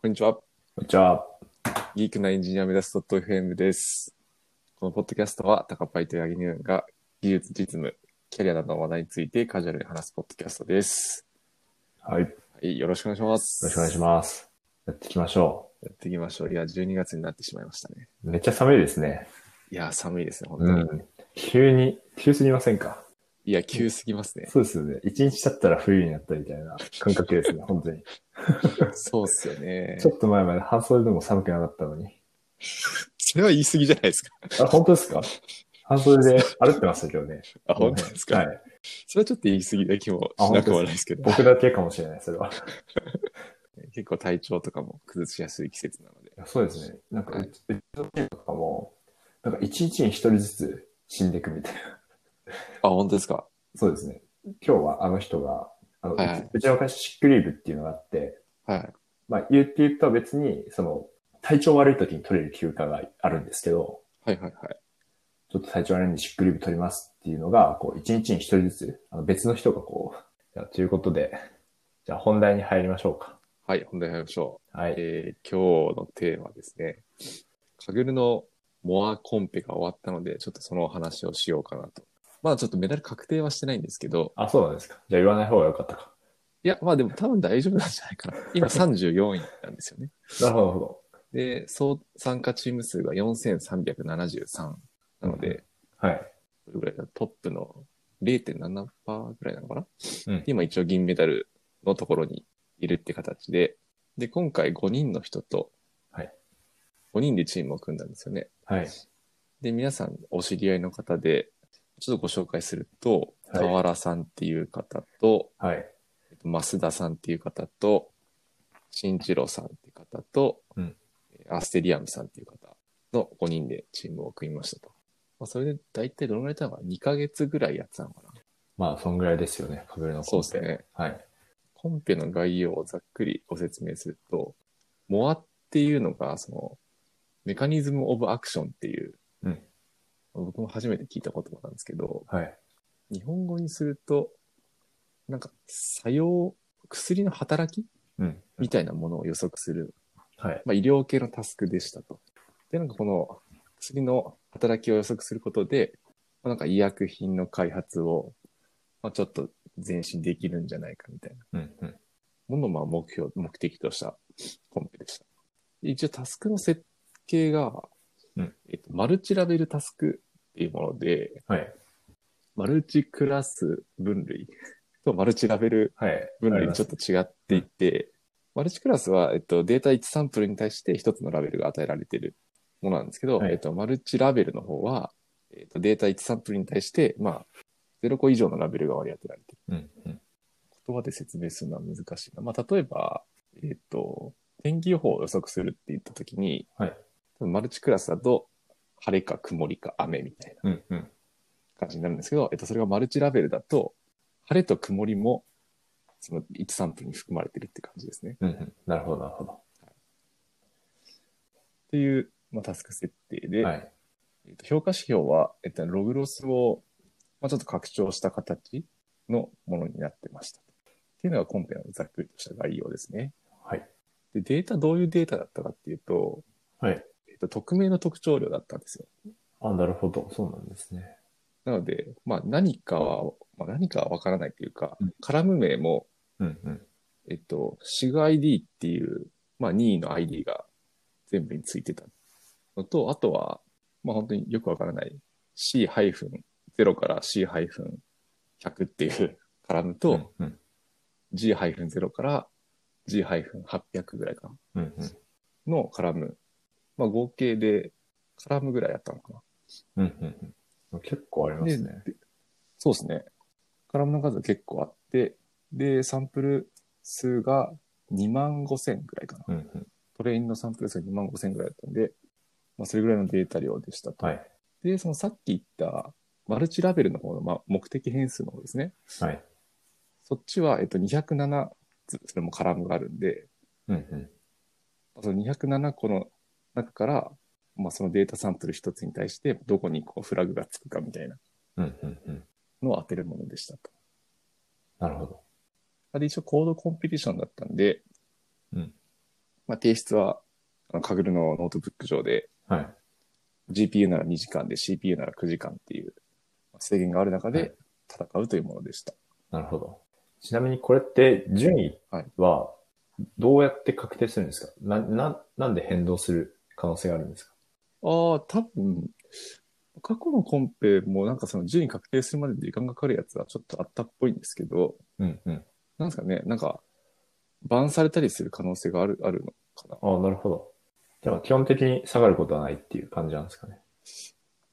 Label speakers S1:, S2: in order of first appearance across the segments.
S1: こんにちは。
S2: こんにちは。
S1: ギークなエンジニアを目指す .fm です。このポッドキャストは、タカパイとヤギニューンが技術、実務、キャリアなどの話題についてカジュアルに話すポッドキャストです。
S2: はい。よ
S1: はい、よろしくお願いします。
S2: ろしくお願いし
S1: ま
S2: ます。やっていきましょ
S1: す。やっていきましょう。いや、12月になってしまいましたね。
S2: う。めっちゃ寒いですね。
S1: いや、寒いですね、本当
S2: う
S1: に。
S2: ん。急に、急すぎませんか
S1: いや、急すぎますね。
S2: そうですよね。一日経ったら冬になったみたいな感覚 ですね、本当に。
S1: そうっすよね
S2: ち。ょっと前まで半袖でも寒くなかったのに。
S1: それは言い過ぎじゃないですか。
S2: あ、本当ですか半袖で歩ってましたけどね。
S1: あ、本当ですか、
S2: はい。
S1: それはちょっと言い過ぎな気もしなくはないですけど、
S2: 僕だけかもしれない、それは。
S1: 結構体調とかも崩しやすい季節なので。
S2: いやそうですね。なんか、うちうちのチームとかも、なんか一日に一人ずつ死んでいくみたいな。
S1: あ、本当ですか
S2: そうですね。今日はあの人が、あの
S1: はいはいう
S2: ちの会社シックリーブっていうのがあって、
S1: はい。
S2: まあ、有給とは別に、その、体調悪い時に取れる休暇があるんですけど、
S1: はいはいはい。
S2: ちょっと体調悪いんでシックリーブ取りますっていうのが、こう、一日に一人ずつ、あの別の人がこう、じゃあということで、じゃあ本題に入りましょうか。
S1: はい、本題入りましょう。
S2: はい。
S1: えー今日のテーマですね。カグルのモアコンペが終わったので、ちょっとそのお話をしようかなと。まだちょっとメダル確定はしてないんですけど、
S2: あ、そうなんですか。じゃあ言わない方が良かったか。
S1: いや、まあでも多分大丈夫なんじゃないかな。今34位なんですよね。
S2: なるほど、なるほど。
S1: で、総参加チーム数が4373なので、
S2: はい。
S1: どれぐらいだトップの0.7%ぐらいなのかな、
S2: うん
S1: 今一応銀メダルのところにいるって形で、で、今回5人の人と、
S2: はい
S1: 5人でチームを組んだんですよね。
S2: はい。
S1: で、皆さんお知り合いの方で、ちょっとご紹介すると、
S2: はい
S1: 河原さんっていう方と、
S2: はい。
S1: えっと増田さんっていう方と、新一郎さんっていう方と、
S2: うん
S1: アステリアムさんっていう方の5人でチームを組みましたと。まあ、それで大体どのぐらいやったのかな ?2 ヶ月ぐらいやってたのかな
S2: まあ、そんぐらいですよね、かぶれの
S1: そ
S2: コ
S1: う
S2: ン
S1: で
S2: ペ
S1: すね。
S2: はい。
S1: コンペの概要をざっくりご説明すると、モアっていうのが、その、メカニズム・オブ・アクションっていう、
S2: うん
S1: 僕も初めて聞いた言葉なんですけど、
S2: はい。
S1: 日本語にすると、なんか、作用、薬の働き
S2: うん。
S1: みたいなものを予測する、
S2: はい。
S1: まあ、医療系のタスクでしたと。で、なんかこの薬の働きを予測することで、まあなんか医薬品の開発を、まあ、ちょっと前進できるんじゃないかみたいな
S2: うん。うん。
S1: ものをまあ目標、目的としたコンペでした。で一応タスクの設計が、
S2: うん
S1: えっと、マルチラベルタスクっていうもので、
S2: はい。
S1: マルチクラス分類 とマルチラベル
S2: はい。
S1: 分
S2: あり
S1: 類
S2: ま
S1: ち
S2: す
S1: ょっと違っていて、マルチクラスは、えっと、データ1サンプルに対して1つのラベルが与えられているものなんですけど、
S2: はい
S1: えっと、マルチラベルの方は、えっと、データ1サンプルに対して、まあ、0個以上のラベルが割り当てられている。
S2: うん。うん。
S1: 言葉で説明するのは難しいな。まあ、例えば、えっ、と、天気予報を予測するって言ったときに、
S2: はい
S1: 多分マルチクラスだと、晴れか曇りか雨みたいな
S2: うん。うん。
S1: 感じになるんですけど、えっと、それがマルチラベルだと、晴れと曇りも、その1サンプルに含まれてるって感じですね。
S2: うんうん、なるほど、なるほ
S1: っていう、まあ、タスク設定で、
S2: ど。はい。
S1: えっと、評価指標は、えっと、ログロスを、まあ、ちょっと拡張した形のものになってました。っていうのがコンペのざっくりとした概要ですね。
S2: はい。
S1: で、データ、どういうデータだったかっていうと、
S2: はい。
S1: えっと、匿名の特徴量だったんですよ。
S2: あ、なるほど。そうなんですね。
S1: なので、まあ何かは、まあ何かはわからないというか、
S2: うん
S1: カラム名も、
S2: うんうん。
S1: えっと、シグ ID っていう、まあ任意の ID が全部についてたのと、あとは、まあ本当によくわからない C-0 から C-100 っていうカラムと、
S2: うん
S1: G-0 から G-800 ぐらいかな。
S2: うん
S1: のカラム。まあ合計でカラムぐらいやったのかな。
S2: うんうんうん。結構ありますね。
S1: そうですね。カラムの数が結構あって、で、サンプル数が2万5千ぐらいかな。
S2: うんうん。
S1: トレインのサンプル数が2万5千ぐらいだったんで、まあそれぐらいのデータ量でしたと。
S2: はい。
S1: で、そのさっき言ったマルチラベルの方の、まあ、目的変数の方ですね。
S2: はい。
S1: そっちは、えっと、207つ、それもカラムがあるんで、
S2: うんうん。
S1: その207個の中から、まあ、そのデータサンプル一つに対して、どこにこうフラグがつくかみたいな
S2: うんうんうん。
S1: のを当てるものでしたと。
S2: なるほど。
S1: あれ一応コードコンピティションだったんで、
S2: うん
S1: まあ、提出は、あのカグルのノートブック上で、
S2: はい。
S1: GPU なら2時間で CPU なら9時間っていうまあ制限がある中
S2: はい
S1: で戦うというものでした。
S2: なるほど。ちなみにこれって順位はどうやって確定するんですか、な、な、なんで変動する可能性があるんですか
S1: ああ、多分、過去のコンペもなんかその順位確定するまで時間がかかるやつはちょっとあったっぽいんですけど、
S2: うんうん。
S1: なんですかね、なんか、バンされたりする可能性がある、あるのかな。
S2: ああ、なるほど。じゃあ基本的に下がることはないっていう感じなんですかね。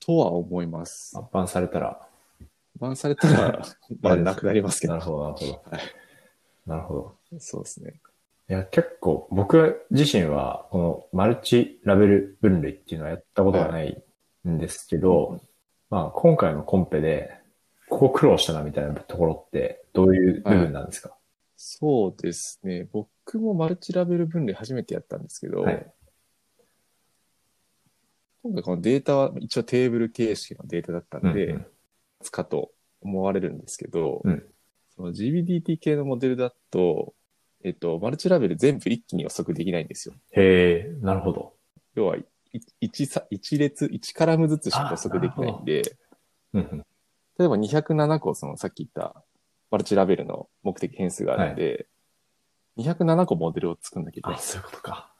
S1: とは思います。
S2: 圧版されたら。
S1: バンされたら、 まあ、なくなりますけ
S2: な
S1: ど。
S2: るほど、なるほど。なるほど。
S1: そうですね。
S2: いや、結構僕自身は、このマルチラベル分類っていうのはやったことがないんですけど、まあ今回のコンペで、ここ苦労したなみたいなところってどういう部分なんですか、
S1: そうですね。僕もマルチラベル分類初めてやったんですけど、
S2: はい
S1: 今回このデータは一応テーブル形式のデータだったんで、
S2: うんうん
S1: つかと思われるんですけど、
S2: うん
S1: その GBDT 系のモデルだと、えっと、マルチラベル全部一気に予測できないんですよ。
S2: へえ、なるほど。
S1: 要はい一さ一列、一カラムずつしか予測できないんで、
S2: うんうん
S1: 例えば207個、そのさっき言ったマルチラベルの目的変数があるんで、207個モデルを作んなきゃいけない
S2: あ、
S1: んです
S2: そういうことか。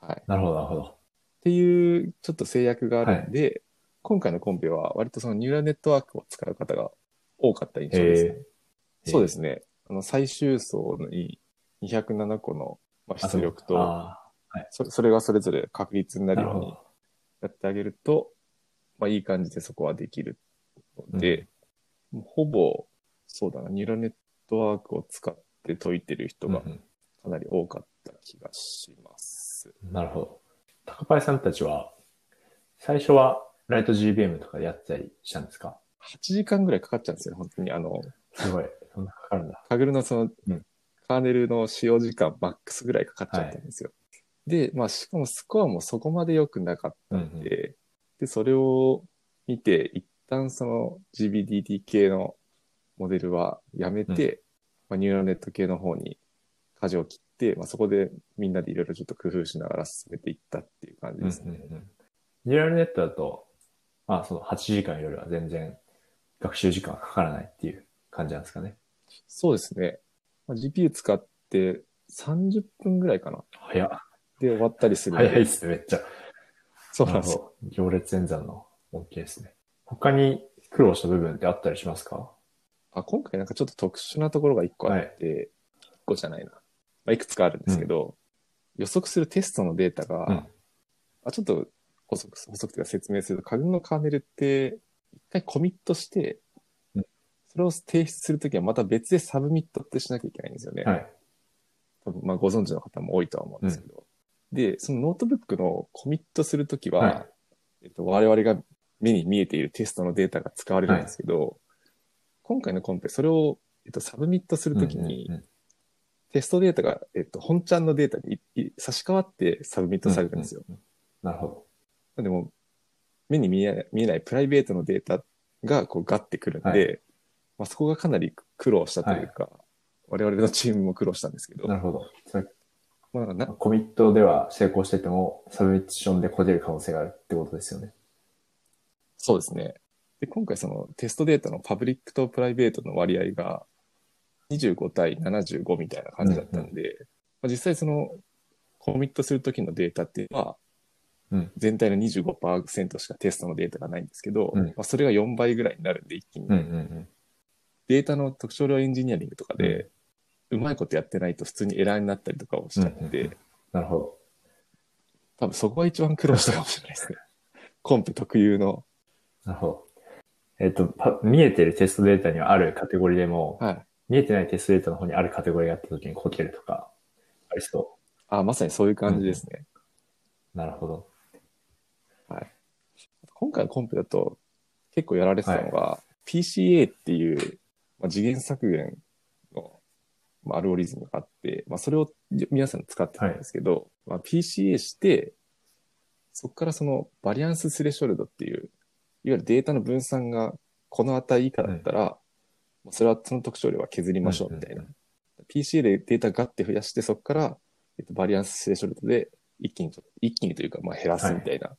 S1: はい。
S2: なるほど、なるほど。
S1: っていうちょっと制約があるんで、今回のコンペは割とそのニューラルネットワークを使う方が多かった印象です、ね
S2: へ。え。
S1: そうですね。あの最終層に207個のまあ
S2: あ。
S1: 出力
S2: そう
S1: と
S2: あ
S1: それ、それがそれぞれ確率に
S2: ー
S1: な
S2: な
S1: るよ
S2: るほ
S1: う
S2: ど
S1: に。やってあげると、まあいい感じでそこはできるので、もうほぼ、そうだな、ニューラルネットワークを使って解いてる人
S2: うんう
S1: がか
S2: ん
S1: なり多かった気がします。
S2: なるほど。高パイさんたちは、最初はライト GBM とかでやってたりしたんですか
S1: 8時間ぐらいかかっちゃうんですよね、本当に。あの、
S2: すごい。そんなかかるんだ。
S1: カグルのその、
S2: うん
S1: カーネルの使用時間マックスぐらいかかっちゃったんですよ。で、まあしかもスコアもそこまで良くなかっ
S2: うんう
S1: たん
S2: ん
S1: で、で、それを見て、一旦その GBDT 系のモデルはやめて、まあ、ニューラルネット系の方に舵を切って、まあそこでみんなでいろいろちょっと工夫しながら進めていったっていう感じですね。
S2: うんうんうんニューラルネットだと、まあ、その8時間よりは全然学習時間がかからないっていう感じなんですかね。
S1: そうですね。まあ、GPU 使って30分ぐらいかな。
S2: 早っ。
S1: で終わったりするんで。
S2: 早いですね、めっちゃ。
S1: そうなんですよ。
S2: るほど行列演算の恩恵ですね。他に苦労した部分ってあったりしますか
S1: あ、今回なんかちょっと特殊なところが一個あって、一個じゃないな。まあ、いくつかあるんですけど、予測するテストのデータが、
S2: うん
S1: あちょっと補足、補足というか説明すると、カグのカーネルって、一回コミットして、
S2: うん
S1: それを提出するときはまた別でサブミットってしなきゃいけないんですよね。
S2: はい。
S1: 多分まあご存知の方も多いとは思うんですけど。で、そのノートブックのコミットするときは、
S2: はい
S1: えっと、我々が目に見えているテストのデータが使われるんですけど、今回のコンペ、それを、えっと、サブミットするときに、
S2: うんうんうん
S1: テストデータが、えっと、本ちゃんのデータにいい差し替わってサブミットされるんですよ。
S2: なるほど。
S1: なんでもう、目に見えない見えないプライベートのデータがこうガッてくるんで、
S2: は
S1: まあ、そこがかなり苦労したというか、我々のチームも苦労したんですけど、
S2: なるほど。それ
S1: まあ、なんかな
S2: コミットでは成功してても、サブミッションでこじれる可能性があるってことですよね。
S1: そうですね。で、今回そのテストデータのパブリックとプライベートの割合が25対75みたいな感じだったんで、まあ、実際そのコミットするときのデータっていうのは、
S2: うん
S1: 全体の25%しかテストのデータがないんですけど、
S2: うん
S1: まあ、それが4倍ぐらいになるんで、一気に。
S2: うんうんうん。
S1: データの特徴量エンジニアリングとかで、うまいことやってないと普通にエラーになったりとかをしちゃって、
S2: うんうんうんなるほど。
S1: 多分そこが一番苦労したかもしれないですね。コンペ特有の。
S2: なるほど。えっ、とパ、見えてるテストデータにはあるカテゴリーでも、
S1: はい。
S2: 見えてないテストデータの方にあるカテゴリーがあった時にこけるとか、ありそ
S1: あ、まさにそういう感じですね。
S2: う。なるほど。
S1: 今回のコンペだと結構やられてたのが、PCA っていう、まあ、次元削減の、まあ、アルゴリズムがあって、まあ、それを皆さん使ってたんですけど、まあ、PCA して、そこからそのバリアンススレショルドっていう、いわゆるデータの分散がこの値以下だったら、まあそれはその特徴量は削りましょうみたいな。
S2: うん
S1: PCA でデータガッて増やして、そこからえっと、バリアンス性処理で一気に、一気にというか、まあ、減らすみたいな、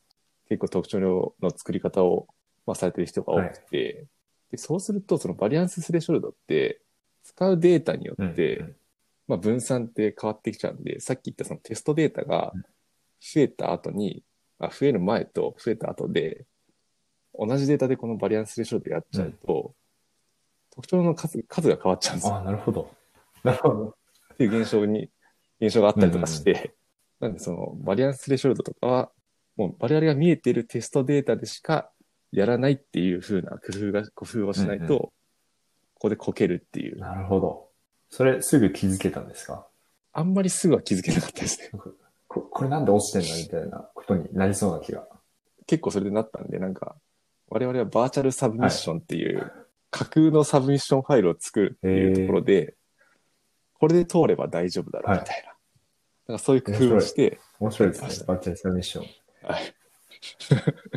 S1: 結構特徴のの作り方を、まあ、されてる人が多くて、でそうすると、そのバリアンススレショルドって、使うデータによって、
S2: うん
S1: まあ、分散って変わってきちゃうんで、さっき言ったそのテストデータが増えた後に、あ増える前と増えた後で、同じデータでこのバリアンスレショルドやっちゃうと、特徴の数数が変わっちゃうんですよ
S2: ああ、なるほど。なるほど。
S1: っていう現象に、現象があったりとかして、なんでそのバリアンスレショルドとかは、もう我々が見えているテストデータでしかやらないっていう風な工夫が、工夫をしない
S2: うんうん
S1: と、ここでこけるっていう、
S2: なるほど。それすぐ気づけたんですか
S1: あんまりすぐは気づけなかったですね。
S2: ここれなんで落ちてんのみたいなことになりそうな気が。
S1: 結構それでなったんで、なんか、我々はバーチャルサブミッションっていう、架空のサブミッションファイルを作るっていうところで、これで通れば大丈夫だろうみたいな。なんかそういう工夫をして、
S2: 面白いですね。バーチャルサブミッション。
S1: はい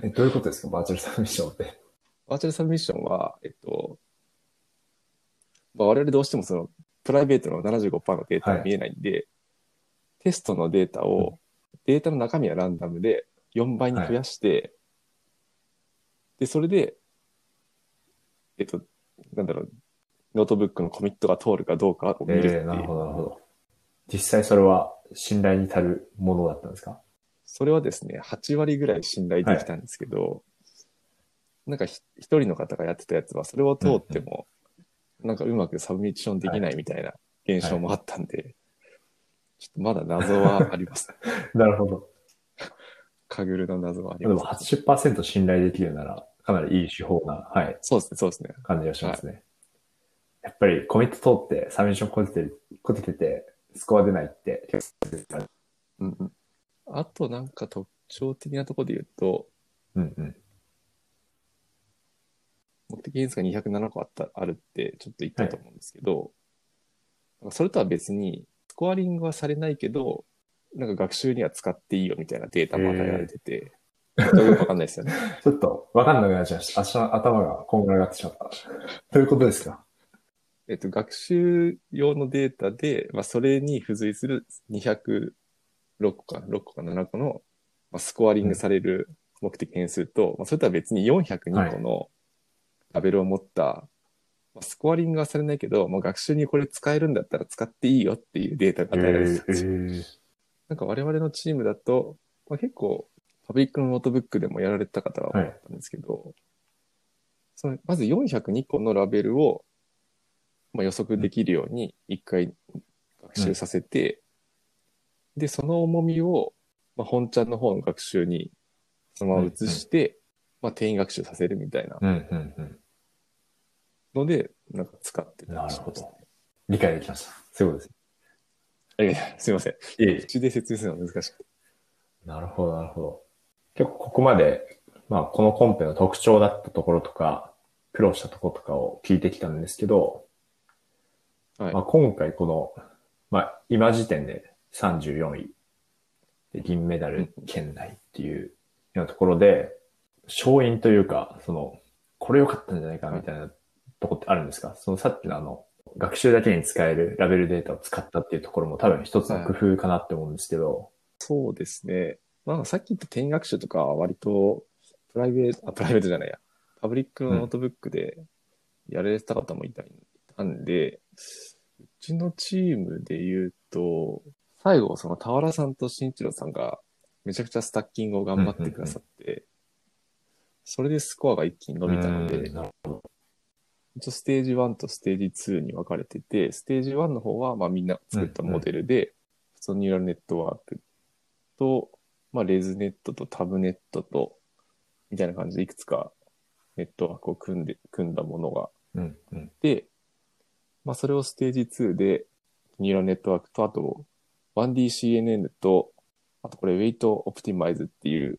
S2: え、どういうことですかバーチャルサブミッションって。
S1: バーチャルサブミッションは、えっと、まあ、我々どうしてもそのプライベートの75%のデータが見えないんで、テストのデータを、データの中身はランダムで4倍に増やして、で、それで、えっと、なんだろう、ノートブックのコミットが通るかどうかを見るってい
S2: ええ
S1: う、
S2: なるほど、なるほど。実際それは信頼に足るものだったんですか
S1: それはですね、8割ぐらい信頼できたんですけど、なんかひ一人の方がやってたやつは、それを通っても、なんかうまくサブミッションできないみたいな現象もあったんで、ちょっとまだ謎はあります。
S2: なるほど。
S1: カグルの謎はあり
S2: でも
S1: ます。
S2: 80%信頼できるなら、かなりいい手法な、はい、
S1: そうですね、そうですね。
S2: 感じがしますね。やっぱりコミット通って、サブミッションこててる、こててて、スコア出ないって、
S1: うんうん、あとなんか特徴的なところで言うと、
S2: うんうん。
S1: 目的変数が207個あった、あるってちょっと言ったと思うんですけど、なんかそれとは別に、スコアリングはされないけど、なんか学習には使っていいよみたいなデータも与えられてて、ちょっとよくわかんないですよね。
S2: ちょっと、わかんなくなっちゃいました。明日頭がこんがらがってしまった。ということですか
S1: えっと、学習用のデータで、まあ、それに付随する206個か、6個か7個の、まあ、スコアリングされる目的変数と、まあ、それとは別に402個のラベルを持った、まあ、スコアリングはされないけど、まあ、学習にこれ使えるんだったら使っていいよっていうデータが
S2: え
S1: 与えられてたんですよ。
S2: ー
S1: なんか我々のチームだと、まあ、結構パブリックのノートブックでもやられてた方は多かったんですけど、そのまず402個のラベルを、まあ、予測できるように一回学習させて、で、その重みを、まあ、本ちゃんの方の学習にそのまま移して、まあ、転移学習させるみたいな
S2: うんうんうん。
S1: ので、なんか使ってたりしましたね。
S2: 理解できました。そういうこと
S1: いやいやすいません。
S2: です。
S1: 口で説明するのは難しくて。
S2: なるほど、なるほど。結構ここまで、まあこのコンペの特徴だったところとか、苦労したところとかを聞いてきたんですけど、
S1: はい
S2: まあ、今回この、まあ今時点で34位で銀メダル圏内っていうようなところで、勝因というか、その、これ良かったんじゃないかみたいなとこってあるんですか、そのさっきのあの、学習だけに使えるラベルデータを使ったっていうところも多分一つの工夫かなって思うんですけど、
S1: そうですね。まあ、さっき言った転学習とかは割と、プライベート、あ、プライベートじゃないや。パブリックのノートブックでやられてた方もいたいたんで、うちのチームで言うと、最後、その田原さんと慎一郎さんがめちゃくちゃスタッキングを頑張ってくださって、それでスコアが一気に伸びたので、
S2: うんなるほど
S1: 一応ステージ1とステージ2に分かれてて、ステージ1の方は、まあみんな作ったモデルで、普通のニューラルネットワークと、まあレズネットとタブネットと、みたいな感じでいくつかネットワークを組んで、組んだものがあ
S2: うんうん
S1: って、まあそれをステージ2で、ニューラルネットワークと、あと 1DCNN と、あとこれウェイトオプティマイズっていう、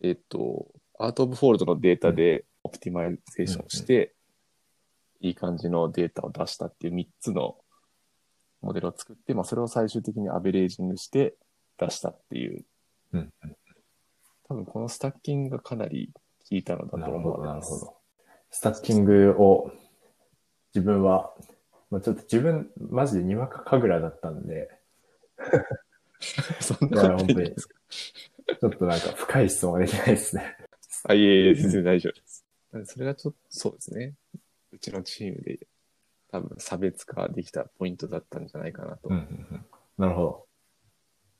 S1: えっと、アートオブフォールドのデータでオプティマイゼーションして、いい感じのデータを出したっていう3つのモデルを作って、まあそれを最終的にアベレージングして出したっていう。
S2: うん
S1: 多分このスタッキングがかなり効いたのだ
S2: な
S1: と
S2: るほ
S1: 思
S2: ど、
S1: い
S2: なる
S1: ます。
S2: ほど。スタッキングを、自分は、まあ、ちょっと自分、マジでにわか神楽だったんで、
S1: そんなこと
S2: いや本
S1: な
S2: 当
S1: い
S2: に
S1: ですか。
S2: ちょっとなんか深い質問ができないですね。
S1: あ、いえ いえ、全然大丈夫です。それがちょっと、そうですね。うちのチームで多分差別化できたポイントだったんじゃないかなと
S2: うんうんうんなるほど。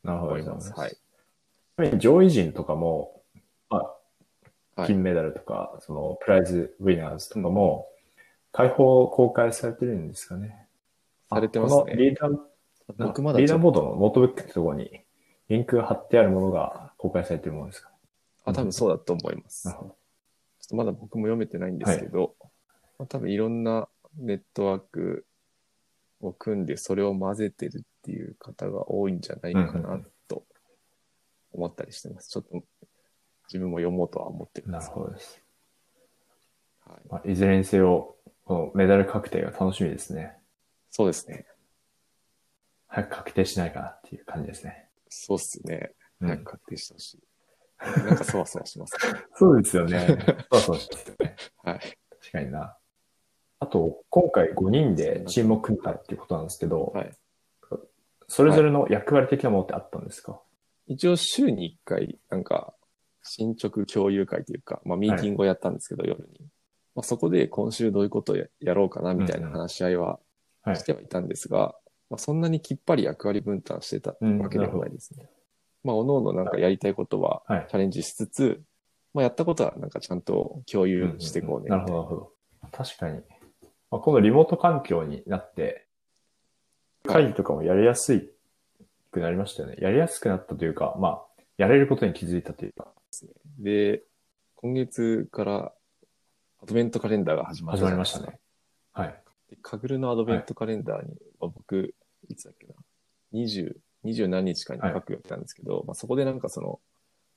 S2: なるほど。
S1: 思います。はい。
S2: ちなみに上位陣とかも、ま
S1: は
S2: あ、
S1: い
S2: 金メダルとか、そのプライズウィナーズとかも、解放公開されてるんですかね。
S1: されてますね
S2: あこのリーダー、
S1: 僕まだ
S2: リー
S1: ち
S2: ダ
S1: ょ
S2: ー
S1: っ
S2: ボードのノートブックってところに、リンクが貼ってあるものが公開されてるものですか
S1: と、あ、多分そうだと思います。
S2: な
S1: ちょ
S2: るほど。
S1: っとまだ僕も読めてないんですけど、まあ、多分いろんなネットワークを組んで、それを混ぜてるっていう方が多いんじゃないか
S2: うんうんう
S1: なと思ったりしてます。ちょっと自分も読もうとは思ってるん
S2: な
S1: で
S2: る
S1: す
S2: ほどです。
S1: ど。はい、
S2: まあ、いずれにせよ、このメダル確定が楽しみですね。
S1: そうですね。
S2: 早く確定しないかなっていう感じですね。
S1: そうっすね。
S2: うん
S1: 早く確定してほしい。 なんかそわそわします、ね。
S2: そうです よね。そうそうですよね。
S1: はい。
S2: 確かにな。あと、今回5人でチームを組んだっていうことなんですけど、
S1: はい
S2: それぞれの役割的なものってあったんですか、
S1: 一応週に1回、なんか、進捗共有会というか、まあミーティングをやったんですけど、夜に。まあ、そこで今週どういうことをややろうかなみたいな話し合いは
S2: はい
S1: してはいたんですが、まあ、そんなにきっぱり役割分担してた
S2: うん
S1: わけでもないですね。まあ、おのおのなんかやりたいことは
S2: はい
S1: チャレンジしつつ、まあ、やったことはなんかちゃんと共有していこうねみたい
S2: なるほど、なるほど。確かに。まあ、今度リモート環境になって、
S1: はい
S2: 会議とかもやりやすいくなりましたよね。やりやすくなったというか、まあ、やれることに気づいたというか、
S1: で、今月からアドベントカレンダーが始まった
S2: 始
S1: じゃな
S2: まり
S1: い
S2: ま
S1: で
S2: し
S1: す
S2: た
S1: か。
S2: ね。はい。
S1: でカグルのアドベントカレンダーに、まあ僕、いつだっけな、20、20何日かに書くようになったんですけど、まあ、そこでなんかその、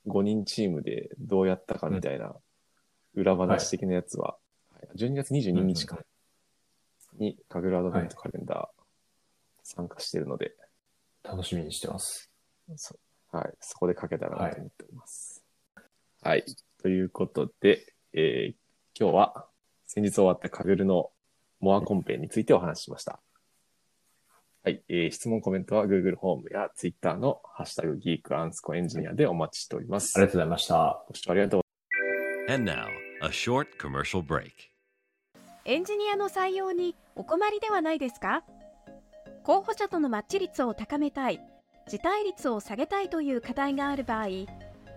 S1: 5人チームでどうやったかみたいな裏話的なやつは、はい12月22日かにカグルアドベントカレンダー参加してるので、
S2: 楽しみにしてます。
S1: そはい、そこで書けたらなと思っております。はい、ということで、えー今日は先日終わったカグルのモアコンペについてお話ししました。はい、えー質問、コメントは Google ホームや Twitter のハッシュタグギークアンスコエンジニアでお待ちしております。
S2: ありがとうございました。
S1: ご視聴ありがとう
S3: And now, a short commercial break.
S4: エンジニアの採用にお困りではないですか候補者とのマッチ率を高めたい、辞退率を下げたいという課題がある場合、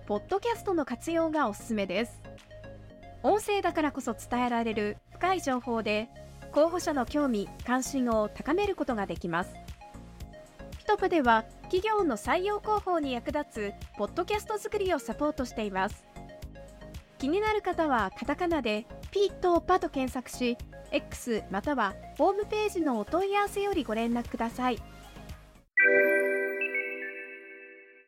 S4: ポッドキャストの活用がおすすめです。音声だからこそ伝えられる深い情報で、候補者の興味・関心を高めることができます。ピトプでは、企業の採用広報に役立つポッドキャスト作りをサポートしています。気になる方はカタカナでピーとパと検索し、X またはホームページのお問い合わせよりご連絡ください。